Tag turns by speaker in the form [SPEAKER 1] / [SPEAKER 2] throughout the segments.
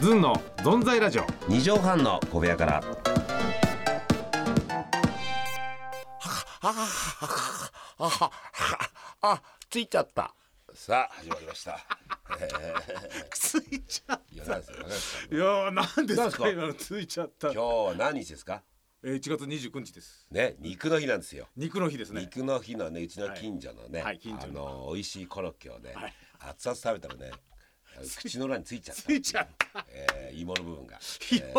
[SPEAKER 1] ずんのぞんざいラジオ
[SPEAKER 2] 二畳半の小部屋から。
[SPEAKER 3] あははあついちゃった
[SPEAKER 4] さあ始まりました。
[SPEAKER 1] ついちゃ
[SPEAKER 4] いやなんですかなんですか
[SPEAKER 1] いやーなんですか
[SPEAKER 4] なんですか
[SPEAKER 1] 今のついちゃった
[SPEAKER 4] 今日は何日ですか。
[SPEAKER 1] えー、1月29日です
[SPEAKER 4] ね肉の日なんですよ。
[SPEAKER 1] 肉の日ですね
[SPEAKER 4] 肉の日のねうちの近所のね、
[SPEAKER 1] はいはい近所
[SPEAKER 4] あの美味しいコロッケをね、
[SPEAKER 1] はい
[SPEAKER 4] 熱々食べたらねあの口の裏についちゃった。
[SPEAKER 1] ついちゃった
[SPEAKER 4] えー、芋の部分が。えー、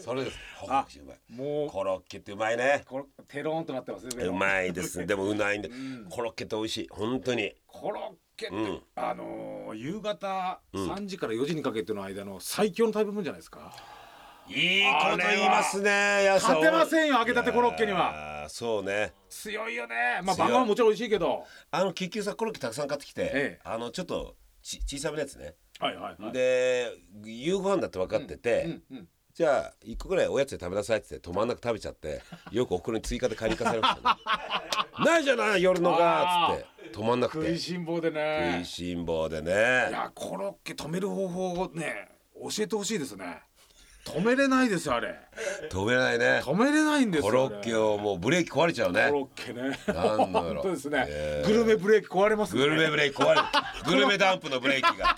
[SPEAKER 4] それです。ほううまい。
[SPEAKER 1] もう
[SPEAKER 4] コロッケってうまいね。
[SPEAKER 1] これテローンとなってますね上
[SPEAKER 4] うま いですね。でもうないんで、コロッケって美味しい。本当に。
[SPEAKER 1] コロッケって、
[SPEAKER 4] うん
[SPEAKER 1] あのー夕方3時から4時にかけての間の最強の食べ物じゃないですか、
[SPEAKER 4] いいこと言いますね。や
[SPEAKER 1] 勝てませんよ揚げ
[SPEAKER 4] だ
[SPEAKER 1] たてコロッケには
[SPEAKER 4] は。そうね。
[SPEAKER 1] 強いよねまあ
[SPEAKER 4] 強い
[SPEAKER 1] 晩ご飯もちろん美味しいけど
[SPEAKER 4] あの結局さコロッケたくさん買ってきて、
[SPEAKER 1] ええ
[SPEAKER 4] あのちょっとち小さめのやつね、
[SPEAKER 1] はいはいはい
[SPEAKER 4] で夕ご飯だって分かってて、
[SPEAKER 1] うんうん
[SPEAKER 4] じゃあ一個ぐらいおやつで食べなさいって言って止まんなく食べ ちゃってよくおふくろに追加で買いに行かされましたね ないじゃない夜のがっつって止まんなく
[SPEAKER 1] 食
[SPEAKER 4] て
[SPEAKER 1] いしん坊で
[SPEAKER 4] 食
[SPEAKER 1] ね
[SPEAKER 4] いしん坊で
[SPEAKER 1] い
[SPEAKER 4] ね
[SPEAKER 1] やコロッケ止める方法をね教えてほしいですね止めれないですよあれ
[SPEAKER 4] 止めないね
[SPEAKER 1] 止めれないんですよ
[SPEAKER 4] コロッケ
[SPEAKER 1] を
[SPEAKER 4] をもうブレーキ壊れちゃう
[SPEAKER 1] コ
[SPEAKER 4] ね
[SPEAKER 1] ロッケね
[SPEAKER 4] なんだろう
[SPEAKER 1] 本当ですね、
[SPEAKER 4] えー
[SPEAKER 1] グルメブレーキ壊れますね
[SPEAKER 4] グルメブレーキ壊れる グルメダンプのブレーキが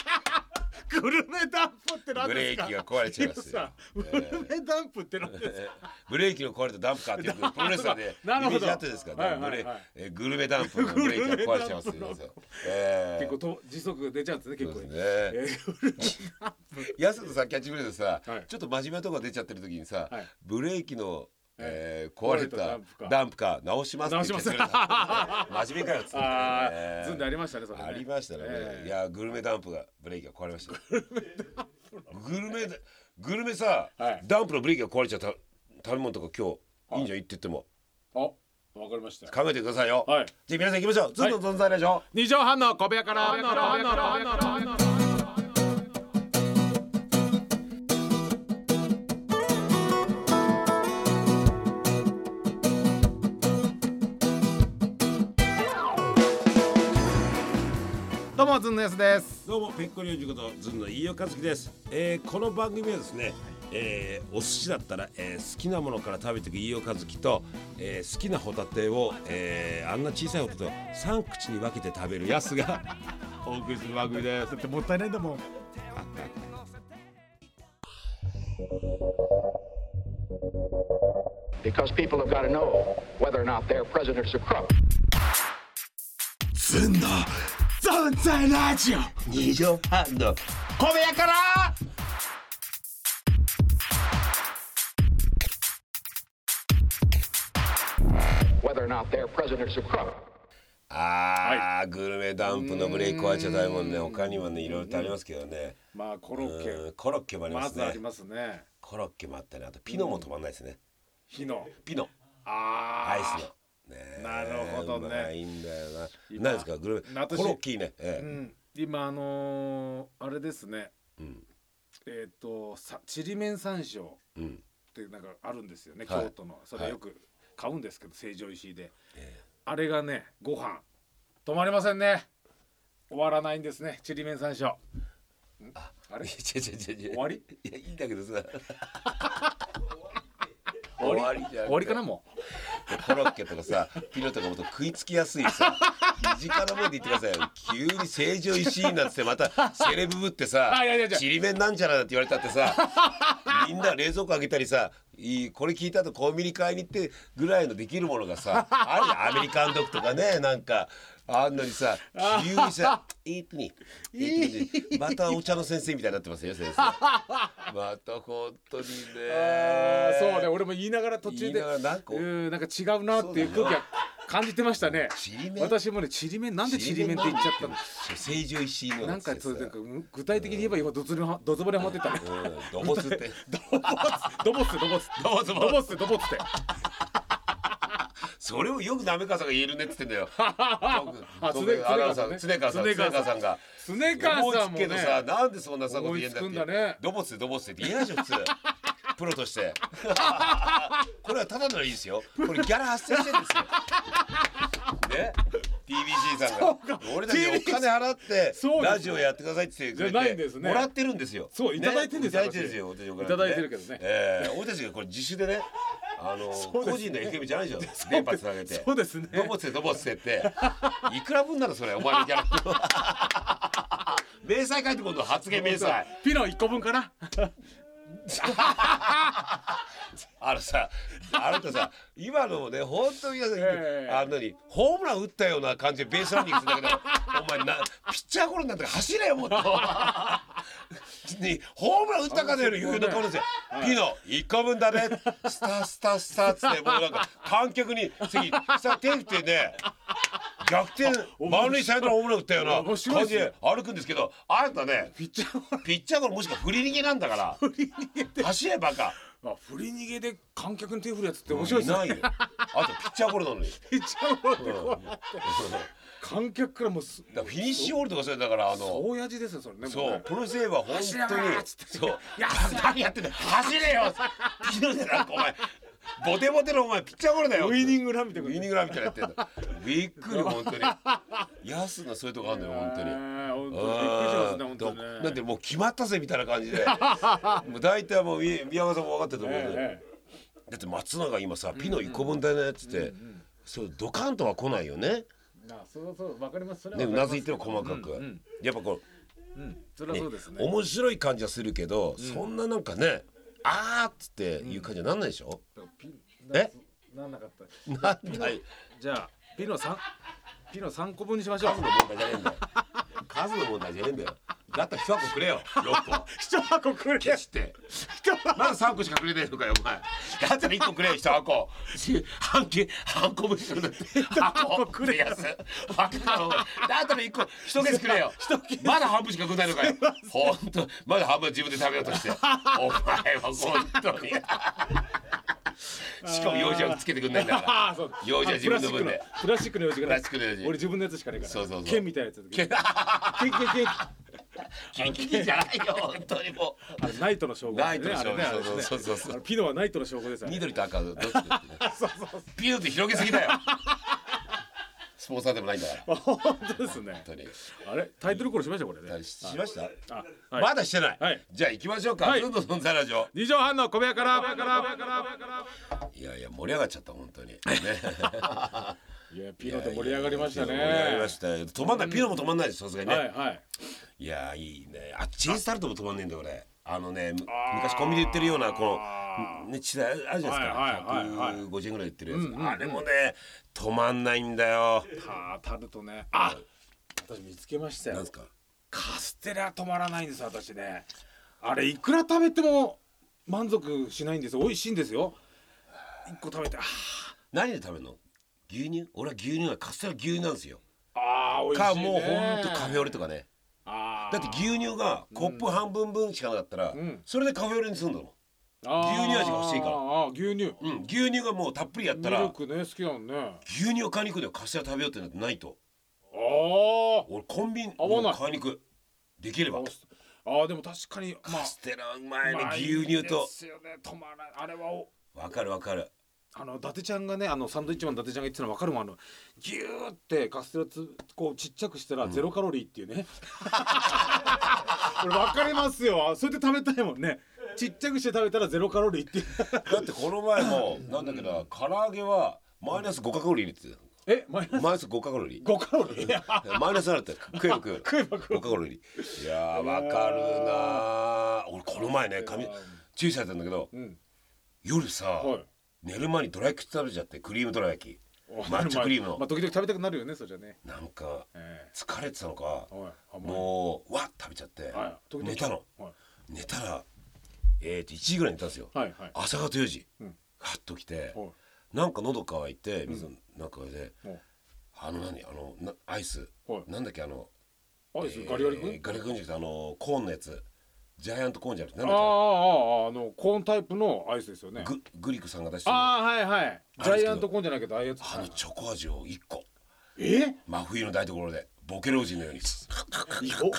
[SPEAKER 1] グルメダンプって何
[SPEAKER 4] ブ
[SPEAKER 1] です
[SPEAKER 4] レー
[SPEAKER 1] か
[SPEAKER 4] キが壊れちゃいますよ
[SPEAKER 1] ヒロさんグルメダンプって何ですか、
[SPEAKER 4] えーブレーキの壊れたダンプかって いうプロレスラーでイメ
[SPEAKER 1] なるほ
[SPEAKER 4] ー
[SPEAKER 1] ど
[SPEAKER 4] ジあってですから、ね
[SPEAKER 1] はいはいはい
[SPEAKER 4] ブレえーグルメダンプのブレーキが壊れちゃいます よ
[SPEAKER 1] グルメダンプの
[SPEAKER 4] え
[SPEAKER 1] 結
[SPEAKER 4] ー
[SPEAKER 1] 構と時速出ちゃうんですね結
[SPEAKER 4] そ
[SPEAKER 1] 構
[SPEAKER 4] うですね
[SPEAKER 1] えー グルメダンプ
[SPEAKER 4] 安田さんキャッチフレーズでさ、
[SPEAKER 1] はい
[SPEAKER 4] ちょっと真面目なとこが出ちゃってる時にさ、
[SPEAKER 1] はい
[SPEAKER 4] ブレーキの、えー壊
[SPEAKER 1] 壊
[SPEAKER 4] れ
[SPEAKER 1] れたダ
[SPEAKER 4] た
[SPEAKER 1] ンプカー
[SPEAKER 4] ダンプカー直しますって言ってくれた 真面目かよっつって、
[SPEAKER 1] あ
[SPEAKER 4] え
[SPEAKER 1] ー
[SPEAKER 4] ー
[SPEAKER 1] ずんでありましたねそれね
[SPEAKER 4] ありましたね、
[SPEAKER 1] えー
[SPEAKER 4] いやグルメダンプがブレーキが壊れましたグルメダグルメさ、
[SPEAKER 1] はい
[SPEAKER 4] ダンプのブレーキが壊れちゃった食べ物とか今日いいんじゃん言ってっても
[SPEAKER 1] あわかりました
[SPEAKER 4] 考えてくださいよ、
[SPEAKER 1] はい
[SPEAKER 4] じゃあ皆さん行きましょうずっと存在でしょ、
[SPEAKER 1] 二畳半の小部屋からどうもずんのやすです
[SPEAKER 2] どうもペッコリョージことずんの飯尾和樹です、えーこの番組はですね、えーお寿司だったら、えー好きなものから食べていく飯尾和樹と、えー好きなホタテを、えーあんな小さいホタテを3口に分けて食べるやすがお送りする番組です
[SPEAKER 1] だってもったいないんだもん
[SPEAKER 2] ずんの存在ラジオ二畳半の小部屋から
[SPEAKER 4] あー、グルメダンプのブレーキ壊れちゃダメもんね他にもねいろいろとありますけどね
[SPEAKER 1] まあコロッ
[SPEAKER 4] うん
[SPEAKER 1] ケ
[SPEAKER 4] コロッケもありま
[SPEAKER 1] ますずあ
[SPEAKER 4] ね
[SPEAKER 1] りますね
[SPEAKER 4] コロッケもあったねあとピノも止まんないですね、
[SPEAKER 1] 火の
[SPEAKER 4] ピノア
[SPEAKER 1] あ
[SPEAKER 4] イ
[SPEAKER 1] ー
[SPEAKER 4] スの、ねえ、
[SPEAKER 1] なるほどね
[SPEAKER 4] うまいんだよな
[SPEAKER 1] 今
[SPEAKER 4] 何ですかグルメ
[SPEAKER 1] 私
[SPEAKER 4] コロッケいいね、え
[SPEAKER 1] う
[SPEAKER 4] え
[SPEAKER 1] ん、今あのーあれですね
[SPEAKER 4] うん
[SPEAKER 1] えっ、とさちりめん山椒っ
[SPEAKER 4] うん
[SPEAKER 1] てなんかあるんですよね、
[SPEAKER 4] はい
[SPEAKER 1] 京都のそれよく買うんですけど成城石井で、
[SPEAKER 4] え
[SPEAKER 1] あれがねご飯止まりませんね終わらないんですねちりめん山椒あれ
[SPEAKER 4] ちょちょちょちょ
[SPEAKER 1] 終 わり
[SPEAKER 4] いやいいんだけどさ 終わりじゃなくて
[SPEAKER 1] 終わりかなも
[SPEAKER 4] コロッケとかさピノとかもっと食いつきやすいさ身近なもんで言ってくださいよ急に成城石井なんつってまたセレブぶってさ
[SPEAKER 1] あいやいやいや
[SPEAKER 4] ちりめんなんちゃらだって言われたってさみんな冷蔵庫開けたりさいいこれ聞いた後コンビニ買いに行ってぐらいのできるものがさあるじゃんアメリカンドッグとかねなんかあんのにさ急にさ「イープニーイープニー」またお茶の先生みたいになってますよ先生また本当にね
[SPEAKER 1] う、あーそうね俺も言いながら途中で
[SPEAKER 4] 言いながらなんか
[SPEAKER 1] うんなんか違うなっていう
[SPEAKER 4] そう
[SPEAKER 1] 空気
[SPEAKER 4] だよ
[SPEAKER 1] は感じてましたね
[SPEAKER 4] ちりめん
[SPEAKER 1] 私もねちりめんなんでちりめんって言っちゃったの
[SPEAKER 4] 成城石井の
[SPEAKER 1] なんかそうなんか具体的に言えば今どつぼにどつぼにはまってた ね
[SPEAKER 4] ドボ ツって
[SPEAKER 1] ドボスドボスドボスドボスドボスって
[SPEAKER 4] それをよくダメかさんが言えるねっつってんだよ
[SPEAKER 1] あ
[SPEAKER 4] 常
[SPEAKER 1] 常
[SPEAKER 4] 川さん
[SPEAKER 1] 常川さんね常
[SPEAKER 4] 常川さん常
[SPEAKER 1] 川さん
[SPEAKER 4] 川さんが
[SPEAKER 1] スネカーさん
[SPEAKER 4] 思
[SPEAKER 1] も
[SPEAKER 4] いつくけどさ
[SPEAKER 1] ね
[SPEAKER 4] なんでそんなさこと言えんだって
[SPEAKER 1] 思いつくんだね
[SPEAKER 4] ドボツドボツって言えないでしょ普通プロ としてこれはただならいいですよこれギャラ発生してるんですよね TBC さ
[SPEAKER 1] そう
[SPEAKER 4] ん
[SPEAKER 1] か
[SPEAKER 4] が俺たちお金払って
[SPEAKER 1] そうです
[SPEAKER 4] ラジオやってくださいって言ってくれて
[SPEAKER 1] じゃないんですね
[SPEAKER 4] もらってるんですよ
[SPEAKER 1] そういただいてるんです
[SPEAKER 4] ね
[SPEAKER 1] よ
[SPEAKER 4] いただいてるんです
[SPEAKER 1] いた
[SPEAKER 4] よ私お金
[SPEAKER 1] だいてるけどね
[SPEAKER 4] ええ俺たちがこれ自主でねあ
[SPEAKER 1] う
[SPEAKER 4] の
[SPEAKER 1] ですね
[SPEAKER 4] 個人の FM じゃないじゃん電波つなげて
[SPEAKER 1] そうですね
[SPEAKER 4] どぼつてどぼつてっていくら分なのそれお前のギャラ明細書いて今度発言明細
[SPEAKER 1] ピノ一個分かな
[SPEAKER 4] あのさ、あなたさ、今のもね、本当に皆さん、
[SPEAKER 1] ええ
[SPEAKER 4] あのに、ホームラン打ったような感じでベースランニングするん だけど、お前な、ピッチャーゴロになってから走れよ、もっと。 に、ホームラン打ったかのように余裕の顔ですよ。ピノ、一個分だね。スタスタスタっつって、もうなんか、観客に席、下手振ってね、逆転、満塁サイドのホームラン打ったような
[SPEAKER 1] 面
[SPEAKER 4] 感
[SPEAKER 1] 白いっ
[SPEAKER 4] じ
[SPEAKER 1] すね
[SPEAKER 4] で歩くんですけど、あなたね、
[SPEAKER 1] ピッチャー
[SPEAKER 4] ピッチャーゴロもしくは振り逃げなん だから、走れバカ。
[SPEAKER 1] あ振り逃げで観客に手振るやつって面白いですね
[SPEAKER 4] ないよ。あとピッチャーゴロなのに。
[SPEAKER 1] ピッチャーボールってこう
[SPEAKER 4] だ
[SPEAKER 1] 観客からもうす
[SPEAKER 4] からフィニッシュオールとかそれだからあの
[SPEAKER 1] 大やじですよそれねもね
[SPEAKER 4] そうプロセーバー本
[SPEAKER 1] 走れ
[SPEAKER 4] 当に
[SPEAKER 1] ーっつって
[SPEAKER 4] そう
[SPEAKER 1] いや
[SPEAKER 4] 何やってんだよ走れよピノでなんかお前ボテボテのお前ピッチャーゴロだよ
[SPEAKER 1] ウイニングランみたい
[SPEAKER 4] ウ
[SPEAKER 1] な
[SPEAKER 4] ィニングランみたいなやってんだびっくり本当にヤスがそういうとこあるのよ本当に
[SPEAKER 1] え。ー本当にびっくりしますね
[SPEAKER 4] う
[SPEAKER 1] 本
[SPEAKER 4] ん
[SPEAKER 1] 当
[SPEAKER 4] ど
[SPEAKER 1] にね
[SPEAKER 4] なんでもう決まったぜみたいな感じ でもう大体もうみ宮川さんも分かってると思うけど、
[SPEAKER 1] え
[SPEAKER 4] だって松永今さピノ一個分だよねっつって、そうドカンとは来ないよね。
[SPEAKER 1] えなそうそうわかりますそれは
[SPEAKER 4] ね、う
[SPEAKER 1] わかり
[SPEAKER 4] な
[SPEAKER 1] ます
[SPEAKER 4] ずいてる細かく、
[SPEAKER 1] うんうん
[SPEAKER 4] やっぱこ
[SPEAKER 1] うんそれ
[SPEAKER 4] う,、
[SPEAKER 1] は
[SPEAKER 4] ね
[SPEAKER 1] そうですね
[SPEAKER 4] 面白い感じはするけど、そんななんかねあーっつっていう感じはなんないでしょ、
[SPEAKER 1] ピン
[SPEAKER 4] え
[SPEAKER 1] なんなかった
[SPEAKER 4] なんない
[SPEAKER 1] じゃあピノ三ピノ三個分にしましょう
[SPEAKER 4] 数の問題じゃねえんだよ数の問題じゃねえんだよだったら1箱くれよ6個
[SPEAKER 1] 一箱くれ
[SPEAKER 4] 消してまだ3個しかくれないのかよお前だったら1個くれよ1箱し半径半個分するんだって箱くれやすバカだろお前だったら1個1ケースくれよまだ半分しかくれないの かよほんとまだ半分自分で食べようとしてお前は本当にしかも用事はつけてくんないんだから
[SPEAKER 1] ああそう
[SPEAKER 4] 用事は自分の分で
[SPEAKER 1] あプラスチックのプラスチックの用事がない
[SPEAKER 4] プラスチックの用事
[SPEAKER 1] 俺自分のやつしかないから
[SPEAKER 4] そうそうそう
[SPEAKER 1] 剣みたいなやつだけ
[SPEAKER 4] けど
[SPEAKER 1] 剣剣剣
[SPEAKER 4] キンキキじゃないよ本当にも
[SPEAKER 1] あれナイトの称号
[SPEAKER 4] ナイトの称
[SPEAKER 1] あ
[SPEAKER 4] 号
[SPEAKER 1] れねあれね
[SPEAKER 4] そうそうそうそう
[SPEAKER 1] あのピノはナイトの称号です
[SPEAKER 4] う
[SPEAKER 1] よね
[SPEAKER 4] 緑と赤どっちかって ね
[SPEAKER 1] そうそう
[SPEAKER 4] ピューって広げすぎだよスポンサーでもないんだから
[SPEAKER 1] そう本当ですね
[SPEAKER 4] 本当に
[SPEAKER 1] あれタイトルコールしましたこれね
[SPEAKER 4] ししました、
[SPEAKER 1] あ
[SPEAKER 4] ま
[SPEAKER 1] はい
[SPEAKER 4] だしてない、
[SPEAKER 1] はい
[SPEAKER 4] じゃあ行きましょうか、
[SPEAKER 1] はい
[SPEAKER 4] ずんど存在ラジオ
[SPEAKER 1] 二畳半の小部屋から小部屋から小部屋から
[SPEAKER 4] いやいや盛り上がっちゃった本 当にね
[SPEAKER 1] いやピノと盛り上がりましたね
[SPEAKER 4] いやいや盛り上がりましたよ止まんないピノも止まんないですさすがにね、
[SPEAKER 1] はい
[SPEAKER 4] い、
[SPEAKER 1] はい
[SPEAKER 4] やいいねあチーズタルトも止まんねえんだ俺あのねむ昔コンビニで売ってるようなこのねチーズあるじゃな
[SPEAKER 1] はいい
[SPEAKER 4] です
[SPEAKER 1] はいは
[SPEAKER 4] か、
[SPEAKER 1] いはい
[SPEAKER 4] 150円ぐらい売ってるやつ、あれもね止まんないんだよ
[SPEAKER 1] はあタルトねあ私見つけました
[SPEAKER 4] なん
[SPEAKER 1] よ
[SPEAKER 4] ですか
[SPEAKER 1] カステラ止まらないんです私ねあれいくら食べても満足しないんですよ美味しいんですよ一個食べてあ
[SPEAKER 4] 何で食べるの牛乳俺は牛乳はカステラ牛乳なんですよ
[SPEAKER 1] ーあー美味
[SPEAKER 4] か
[SPEAKER 1] しい
[SPEAKER 4] もうほんとカフェオレ
[SPEAKER 1] レ
[SPEAKER 4] とかね
[SPEAKER 1] あ
[SPEAKER 4] だって牛乳がコップ半分分しかなかったら、
[SPEAKER 1] ん
[SPEAKER 4] それでカフェオレにするんだもん
[SPEAKER 1] 牛
[SPEAKER 4] 牛乳味が欲しいから
[SPEAKER 1] あーあー牛乳
[SPEAKER 4] うん、牛乳がもうたっぷりやった
[SPEAKER 1] ミ
[SPEAKER 4] ら
[SPEAKER 1] ルクね好きなんねあ
[SPEAKER 4] 牛乳を買いに行くのよカステラ食べようってなってないと
[SPEAKER 1] あ
[SPEAKER 4] 俺コンビニ
[SPEAKER 1] 合わない
[SPEAKER 4] もう買いに行くできれば
[SPEAKER 1] ああでも確かにまあ
[SPEAKER 4] カステラうまいね
[SPEAKER 1] まあ
[SPEAKER 4] 牛乳
[SPEAKER 1] いい
[SPEAKER 4] と
[SPEAKER 1] ですよね止まらないあれはお
[SPEAKER 4] わかるわかる
[SPEAKER 1] あの伊達ちゃんがねあのサンドイッチマン伊達ちゃんが言ってたの分かるもんあのギューってカステラつこうちっちゃくしたらゼロカロリーっていうね、 これ分かりますよあそれで食べたいもんねちっちゃくして食べたらゼロカロリーっていう
[SPEAKER 4] だってこの 前もなんだけど唐揚げはマイナス5カロリー入れて
[SPEAKER 1] えマイナ
[SPEAKER 4] た
[SPEAKER 1] ス
[SPEAKER 4] マイナス5カロ リー
[SPEAKER 1] 5カロリー
[SPEAKER 4] マイナスなるって食えば食え ば
[SPEAKER 1] 食えば食えば
[SPEAKER 4] 5カロリーいやーわかるなー俺この前ね髪注意されたんだけど
[SPEAKER 1] うん
[SPEAKER 4] 夜さ、
[SPEAKER 1] はい
[SPEAKER 4] 寝る前にドラ焼き食べちゃってクリームドラ焼き抹茶クリームの
[SPEAKER 1] まあ、時々食べたくなるよねそれじゃね
[SPEAKER 4] なんか
[SPEAKER 1] え
[SPEAKER 4] 疲れてたのか
[SPEAKER 1] えはいあも
[SPEAKER 4] もうわっ食べちゃって
[SPEAKER 1] はい時々
[SPEAKER 4] 寝たの
[SPEAKER 1] うはい
[SPEAKER 4] 寝たらえーと1時ぐらいに寝たんですよ
[SPEAKER 1] はいはい
[SPEAKER 4] 朝方4時
[SPEAKER 1] うん
[SPEAKER 4] ガッと起きて
[SPEAKER 1] はい
[SPEAKER 4] なんか喉乾いて水の中で
[SPEAKER 1] も
[SPEAKER 4] あの何あのなアイス
[SPEAKER 1] はい
[SPEAKER 4] なんだっけあの
[SPEAKER 1] うアイスガリガリ君、
[SPEAKER 4] えーガリガリ君じゃなくてあのコーンのやつジャイアントコーンじゃなくてなん
[SPEAKER 1] あ
[SPEAKER 4] だっけあ
[SPEAKER 1] ああああのコーンタイプのアイスですよね
[SPEAKER 4] れググリコさんが出してるあ
[SPEAKER 1] ああはいはいジャイアントコーンじゃないけどああいうやつ
[SPEAKER 4] のチョコ味を1個
[SPEAKER 1] え
[SPEAKER 4] 真冬の台所でボケ老人 のように
[SPEAKER 1] いやいやいや
[SPEAKER 4] あボ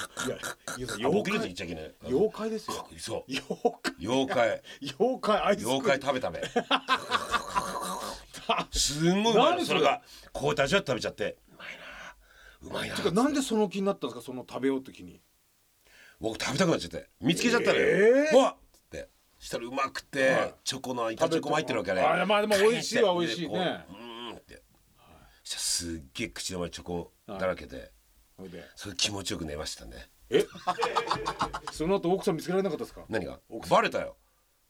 [SPEAKER 1] 妖
[SPEAKER 4] ケ老人言っ
[SPEAKER 1] 怪
[SPEAKER 4] ちゃいけない
[SPEAKER 1] 妖怪ですよ
[SPEAKER 4] そう
[SPEAKER 1] 妖怪
[SPEAKER 4] 妖怪
[SPEAKER 1] 妖怪アイスクリー
[SPEAKER 4] 妖
[SPEAKER 1] ム
[SPEAKER 4] 怪食べ食べすんごいうまい
[SPEAKER 1] 何
[SPEAKER 4] の
[SPEAKER 1] そ
[SPEAKER 4] そ
[SPEAKER 1] れ
[SPEAKER 4] れがこうやって味わって食べちゃってうまいなうまいな
[SPEAKER 1] てかなんでその気になったんですかその食べようときに
[SPEAKER 4] 僕食べたくなっちゃって見つけちゃったのよ、
[SPEAKER 1] えー
[SPEAKER 4] わっってしたらうまくて、
[SPEAKER 1] はい
[SPEAKER 4] チョコの板チョコも入ってるわけね
[SPEAKER 1] あいやまあでも美味しいは美味しいね
[SPEAKER 4] こううーんってそしたらすっげえ口の前チョコだらけで、
[SPEAKER 1] それで
[SPEAKER 4] それ気持ちよく寝ましたね
[SPEAKER 1] えその後奥さん見つけられなかったですか
[SPEAKER 4] 何がバレたよ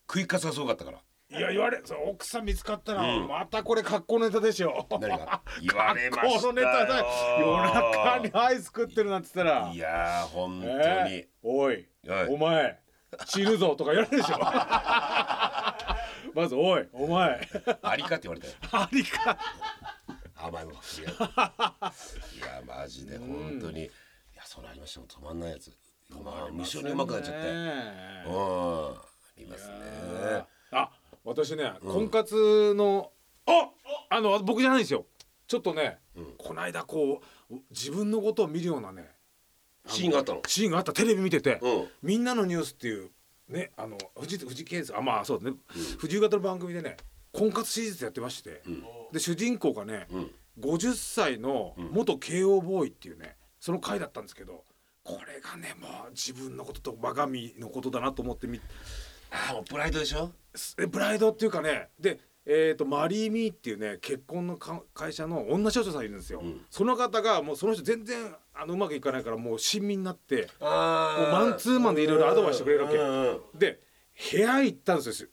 [SPEAKER 4] 食いかすがすごかったから
[SPEAKER 1] いや言われそう奥さん見つかったら、またこれ格好ネタでしょ
[SPEAKER 4] 何 が言われま
[SPEAKER 1] 格
[SPEAKER 4] し
[SPEAKER 1] 好
[SPEAKER 4] た
[SPEAKER 1] ネタだよ夜中に
[SPEAKER 4] よ
[SPEAKER 1] アイス食ってるなんて言ったら
[SPEAKER 4] いやー本当に、
[SPEAKER 1] えーおい
[SPEAKER 4] はい
[SPEAKER 1] お前散るぞとか言われるで しょまずおいお 前
[SPEAKER 4] ありかって言われたよ
[SPEAKER 1] ありか
[SPEAKER 4] 甘いもん 違ういやマジで本当に、いやそれありましたもん止まんないやつまあ無性にうまくなっちゃって、うん
[SPEAKER 1] ね
[SPEAKER 4] ありますね
[SPEAKER 1] あ私ね、婚活のああの僕じゃないんですよちょっとね、こないだこう自分のことを見るようなね
[SPEAKER 4] シーンがあったの
[SPEAKER 1] シーンがあったテレビ見てて、
[SPEAKER 4] うん
[SPEAKER 1] みんなのニュースっていうねあの富士富士ケースあまあそうだね、富士型の番組でね婚活シリーズやってまして、で主人公がね、
[SPEAKER 4] ん
[SPEAKER 1] 50歳の元慶応ボーイっていうねその回だったんですけどこれがねもう自分のことと我が身のことだなと思って見て。
[SPEAKER 4] ああもうプライドでしょ
[SPEAKER 1] すえプライドっていうかねで、えー、とマリー・ミーっていうね結婚のか会社の女社長さんいるんですよ、その方がもうその人全然あのうまくいかないからもう親身になって
[SPEAKER 4] あ
[SPEAKER 1] もうマンツーマンでいろいろアドバイスしてくれるわけ
[SPEAKER 4] うんうん
[SPEAKER 1] で部屋行ったんですよ、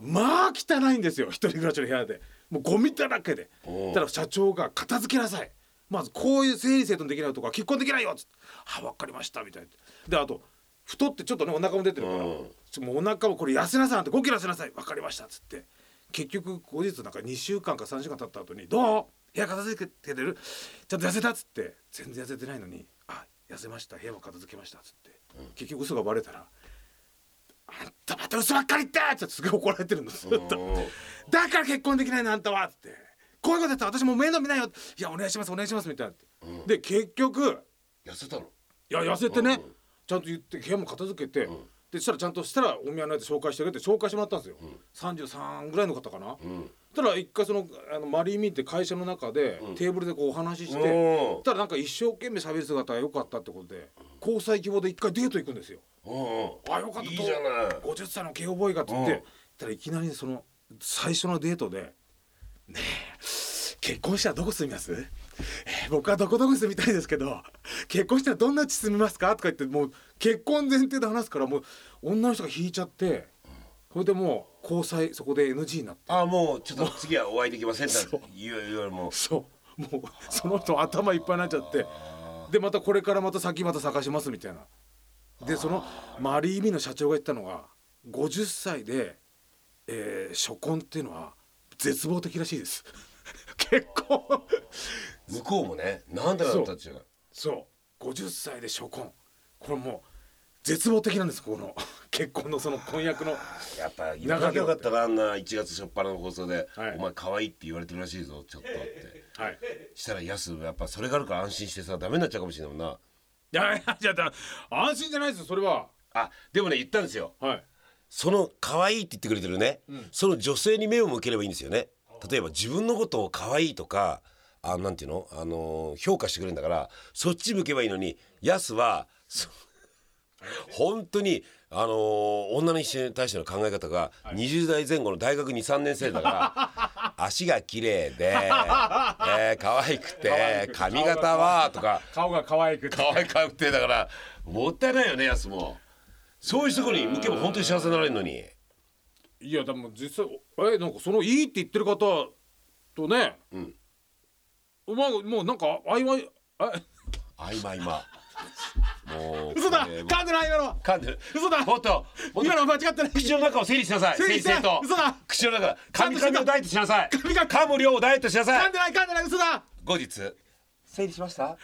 [SPEAKER 1] まあ汚いんですよ一人暮らしの部屋でもうゴミだらけで
[SPEAKER 4] おう
[SPEAKER 1] たら社長が「片付けなさい」まずこういう整理整頓できないとか結婚できないよっつって「あ分かりました」みたいなであと太ってちょっとねお腹も出てるから、
[SPEAKER 4] うん
[SPEAKER 1] ちょもうお腹もこれ痩せなさいなんて5キロ痩せなさい分かりましたっつって結局後日なんか2週間か3週間経った後に「どう部屋片付けてるちゃんと痩せた」っつって全然痩せてないのに「あ痩せました部屋も片付けました」っつって、結局嘘がバレたら「あんたまた嘘ばっかり言って!」ってすごい怒られてるんですずっとだから結婚できないのあんたはっつってこういうことやったら私もう面倒見ないよいやお願いしますお願いしますみたいなって、で結局
[SPEAKER 4] 痩せたの
[SPEAKER 1] いや痩せてね、ちゃんと言って部屋も片付けて、でしたらちゃんとしたらお見合いのやつ紹介してくれて紹介してもらったんですよ、33ぐらいの方かな、そしたら一回そのあのマリー・ミーって会社の中で、テーブルでこうお話しして、
[SPEAKER 4] うん
[SPEAKER 1] そしたらなんか一生懸命喋る姿が良かったってことで交際希望で一回デート行くんですよ、
[SPEAKER 4] うん
[SPEAKER 1] あよかった
[SPEAKER 4] いいじゃない
[SPEAKER 1] 50歳の慶応ボーイがって言って、
[SPEAKER 4] うん
[SPEAKER 1] たらいきなりその最初のデートで「ねえ結婚したらどこ住みますえー僕はどこどこ住みたいですけど結婚したらどんな地住みますか?」とか言ってもう結婚前提で話すからもう女の人が引いちゃってそれでもう交際そこで NG になって
[SPEAKER 4] ああもうちょっと次はお会いできませんって言うよりも
[SPEAKER 1] そうもうその人頭いっぱいになっちゃってでまたこれからまた先また探しますみたいなでそのマリー・ミーの社長が言ったのが50歳で、えー初婚っていうのは絶望的らしいです 結婚
[SPEAKER 4] 向こうもねなんでだったっちゅうか
[SPEAKER 1] そう50歳で初婚これもう絶望的なんですこの結婚のその婚約の
[SPEAKER 4] やっぱ言わなきゃよかったなあんな1月初っ端の放送で「
[SPEAKER 1] はい
[SPEAKER 4] お前可愛いって言われてるらしいぞちょっと」って
[SPEAKER 1] はい
[SPEAKER 4] したらやすやっぱそれがあるから安心してさダメになっちゃうかもしれないもんない
[SPEAKER 1] やいやいやだ安心じゃないですよそれは
[SPEAKER 4] あでもね言ったんですよ
[SPEAKER 1] はい
[SPEAKER 4] その可愛いって言ってくれてるね、その女性に目を向ければいいんですよね例えば自分のことを可愛いとかあなんていうの、あのー評価してくれるんだからそっち向けばいいのにやすはそ 本当にあのー女の人に対しての考え方が20代前後の大学23年生だ から足が綺麗で、 えー、可愛くて髪型はとか
[SPEAKER 1] 顔が可愛くて
[SPEAKER 4] 可愛くてだからもったいないよねやすもそういうところに向けば本当に幸せになれるのに。
[SPEAKER 1] いやでも実際えなんかそのいいって言ってる方とね、
[SPEAKER 4] ん
[SPEAKER 1] お前もうなんか曖昧あ
[SPEAKER 4] 曖昧ま。もう
[SPEAKER 1] 嘘だ
[SPEAKER 4] これも
[SPEAKER 1] 噛んでない今のは
[SPEAKER 4] 噛んでる。
[SPEAKER 1] 嘘だ
[SPEAKER 4] もっともっ
[SPEAKER 1] 今
[SPEAKER 4] と
[SPEAKER 1] のは間違ってない
[SPEAKER 4] 口の中を整理しなさい。
[SPEAKER 1] 整理して
[SPEAKER 4] 整と。
[SPEAKER 1] 嘘だ
[SPEAKER 4] 口の中、
[SPEAKER 1] ゃ
[SPEAKER 4] 噛
[SPEAKER 1] ん
[SPEAKER 4] み
[SPEAKER 1] としてた
[SPEAKER 4] 噛みをダイエットし なさい。
[SPEAKER 1] 噛み噛み
[SPEAKER 4] 噛む量をダイエットしなさ
[SPEAKER 1] 噛
[SPEAKER 4] い
[SPEAKER 1] ん。でない噛んでない嘘だ
[SPEAKER 4] 後日。整理しました。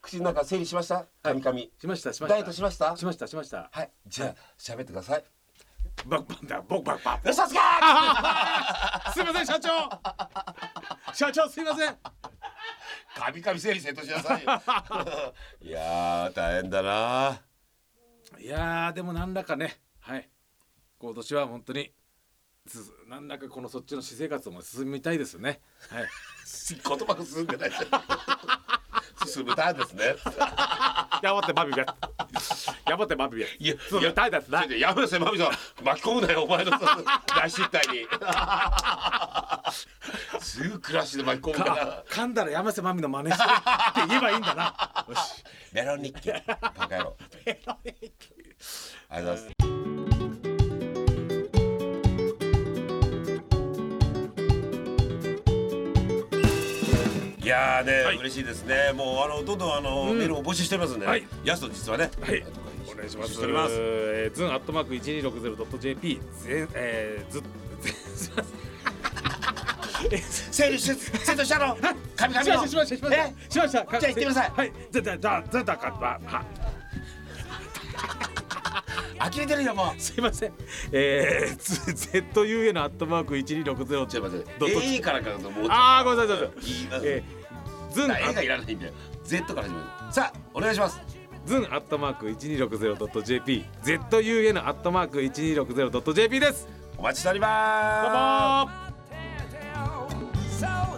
[SPEAKER 4] 口の中整理しました。噛み噛み。
[SPEAKER 1] しましたしました
[SPEAKER 4] ダイエットしました
[SPEAKER 1] しましたしました
[SPEAKER 4] はい。じゃあ喋ってください。
[SPEAKER 1] バッバッだボッバッバ
[SPEAKER 4] 嘘つけー。
[SPEAKER 1] ッすいません社長社長すいません
[SPEAKER 4] 噛み噛み整理整頓しなさいよ。 いやー大変だな。
[SPEAKER 1] いやーでもなんだかねはい今年は本当につなんだかこのそっちの私生活も進みたいですねはい
[SPEAKER 4] 言葉が進んでない。酢豚ですね。
[SPEAKER 1] やばってバビビや。やばってバビビや。
[SPEAKER 4] いや
[SPEAKER 1] そうだ大ですな。
[SPEAKER 4] いややめなさいマミさん巻き込むなよお前の 大失態 に。すぐ暮らしで巻き込むから
[SPEAKER 1] か。噛んだら山瀬まみの真似してって言えばいいんだな。よし。
[SPEAKER 4] メロン日記バカ野 郎。ありがとうございます。いやーね、嬉しいですね。もうあのどんどんあの、メールを募集してますんで、ね
[SPEAKER 1] はい
[SPEAKER 4] やすと実はね、
[SPEAKER 1] はい
[SPEAKER 4] お
[SPEAKER 1] お願いします。
[SPEAKER 4] しております。
[SPEAKER 1] えーズンアットマーク一二六ゼロドット jp 全えーずずすい ません
[SPEAKER 4] セールしセールしたの。神々
[SPEAKER 1] しまし
[SPEAKER 4] の。
[SPEAKER 1] たしましたしましたしました。
[SPEAKER 4] じゃあ行ってください
[SPEAKER 1] はい。じゃじゃじゃじゃだかばは
[SPEAKER 4] 呆れてるよもう。
[SPEAKER 1] すいません。えー、z u n アットマーク一二六ゼロ
[SPEAKER 4] ちょっと待って
[SPEAKER 1] どどっ。ち
[SPEAKER 4] A からかと思って。
[SPEAKER 1] あーごめんなさいごめんなさい
[SPEAKER 4] いいな。
[SPEAKER 1] えー、ズン
[SPEAKER 4] A がいらないんだよ。Z から始める。さあお願いします。
[SPEAKER 1] ズンアットマーク一二六ゼロドット jp z u n アットマーク一二六ゼロドット jp です。
[SPEAKER 4] お待ちしております。
[SPEAKER 1] どうもー。
[SPEAKER 5] So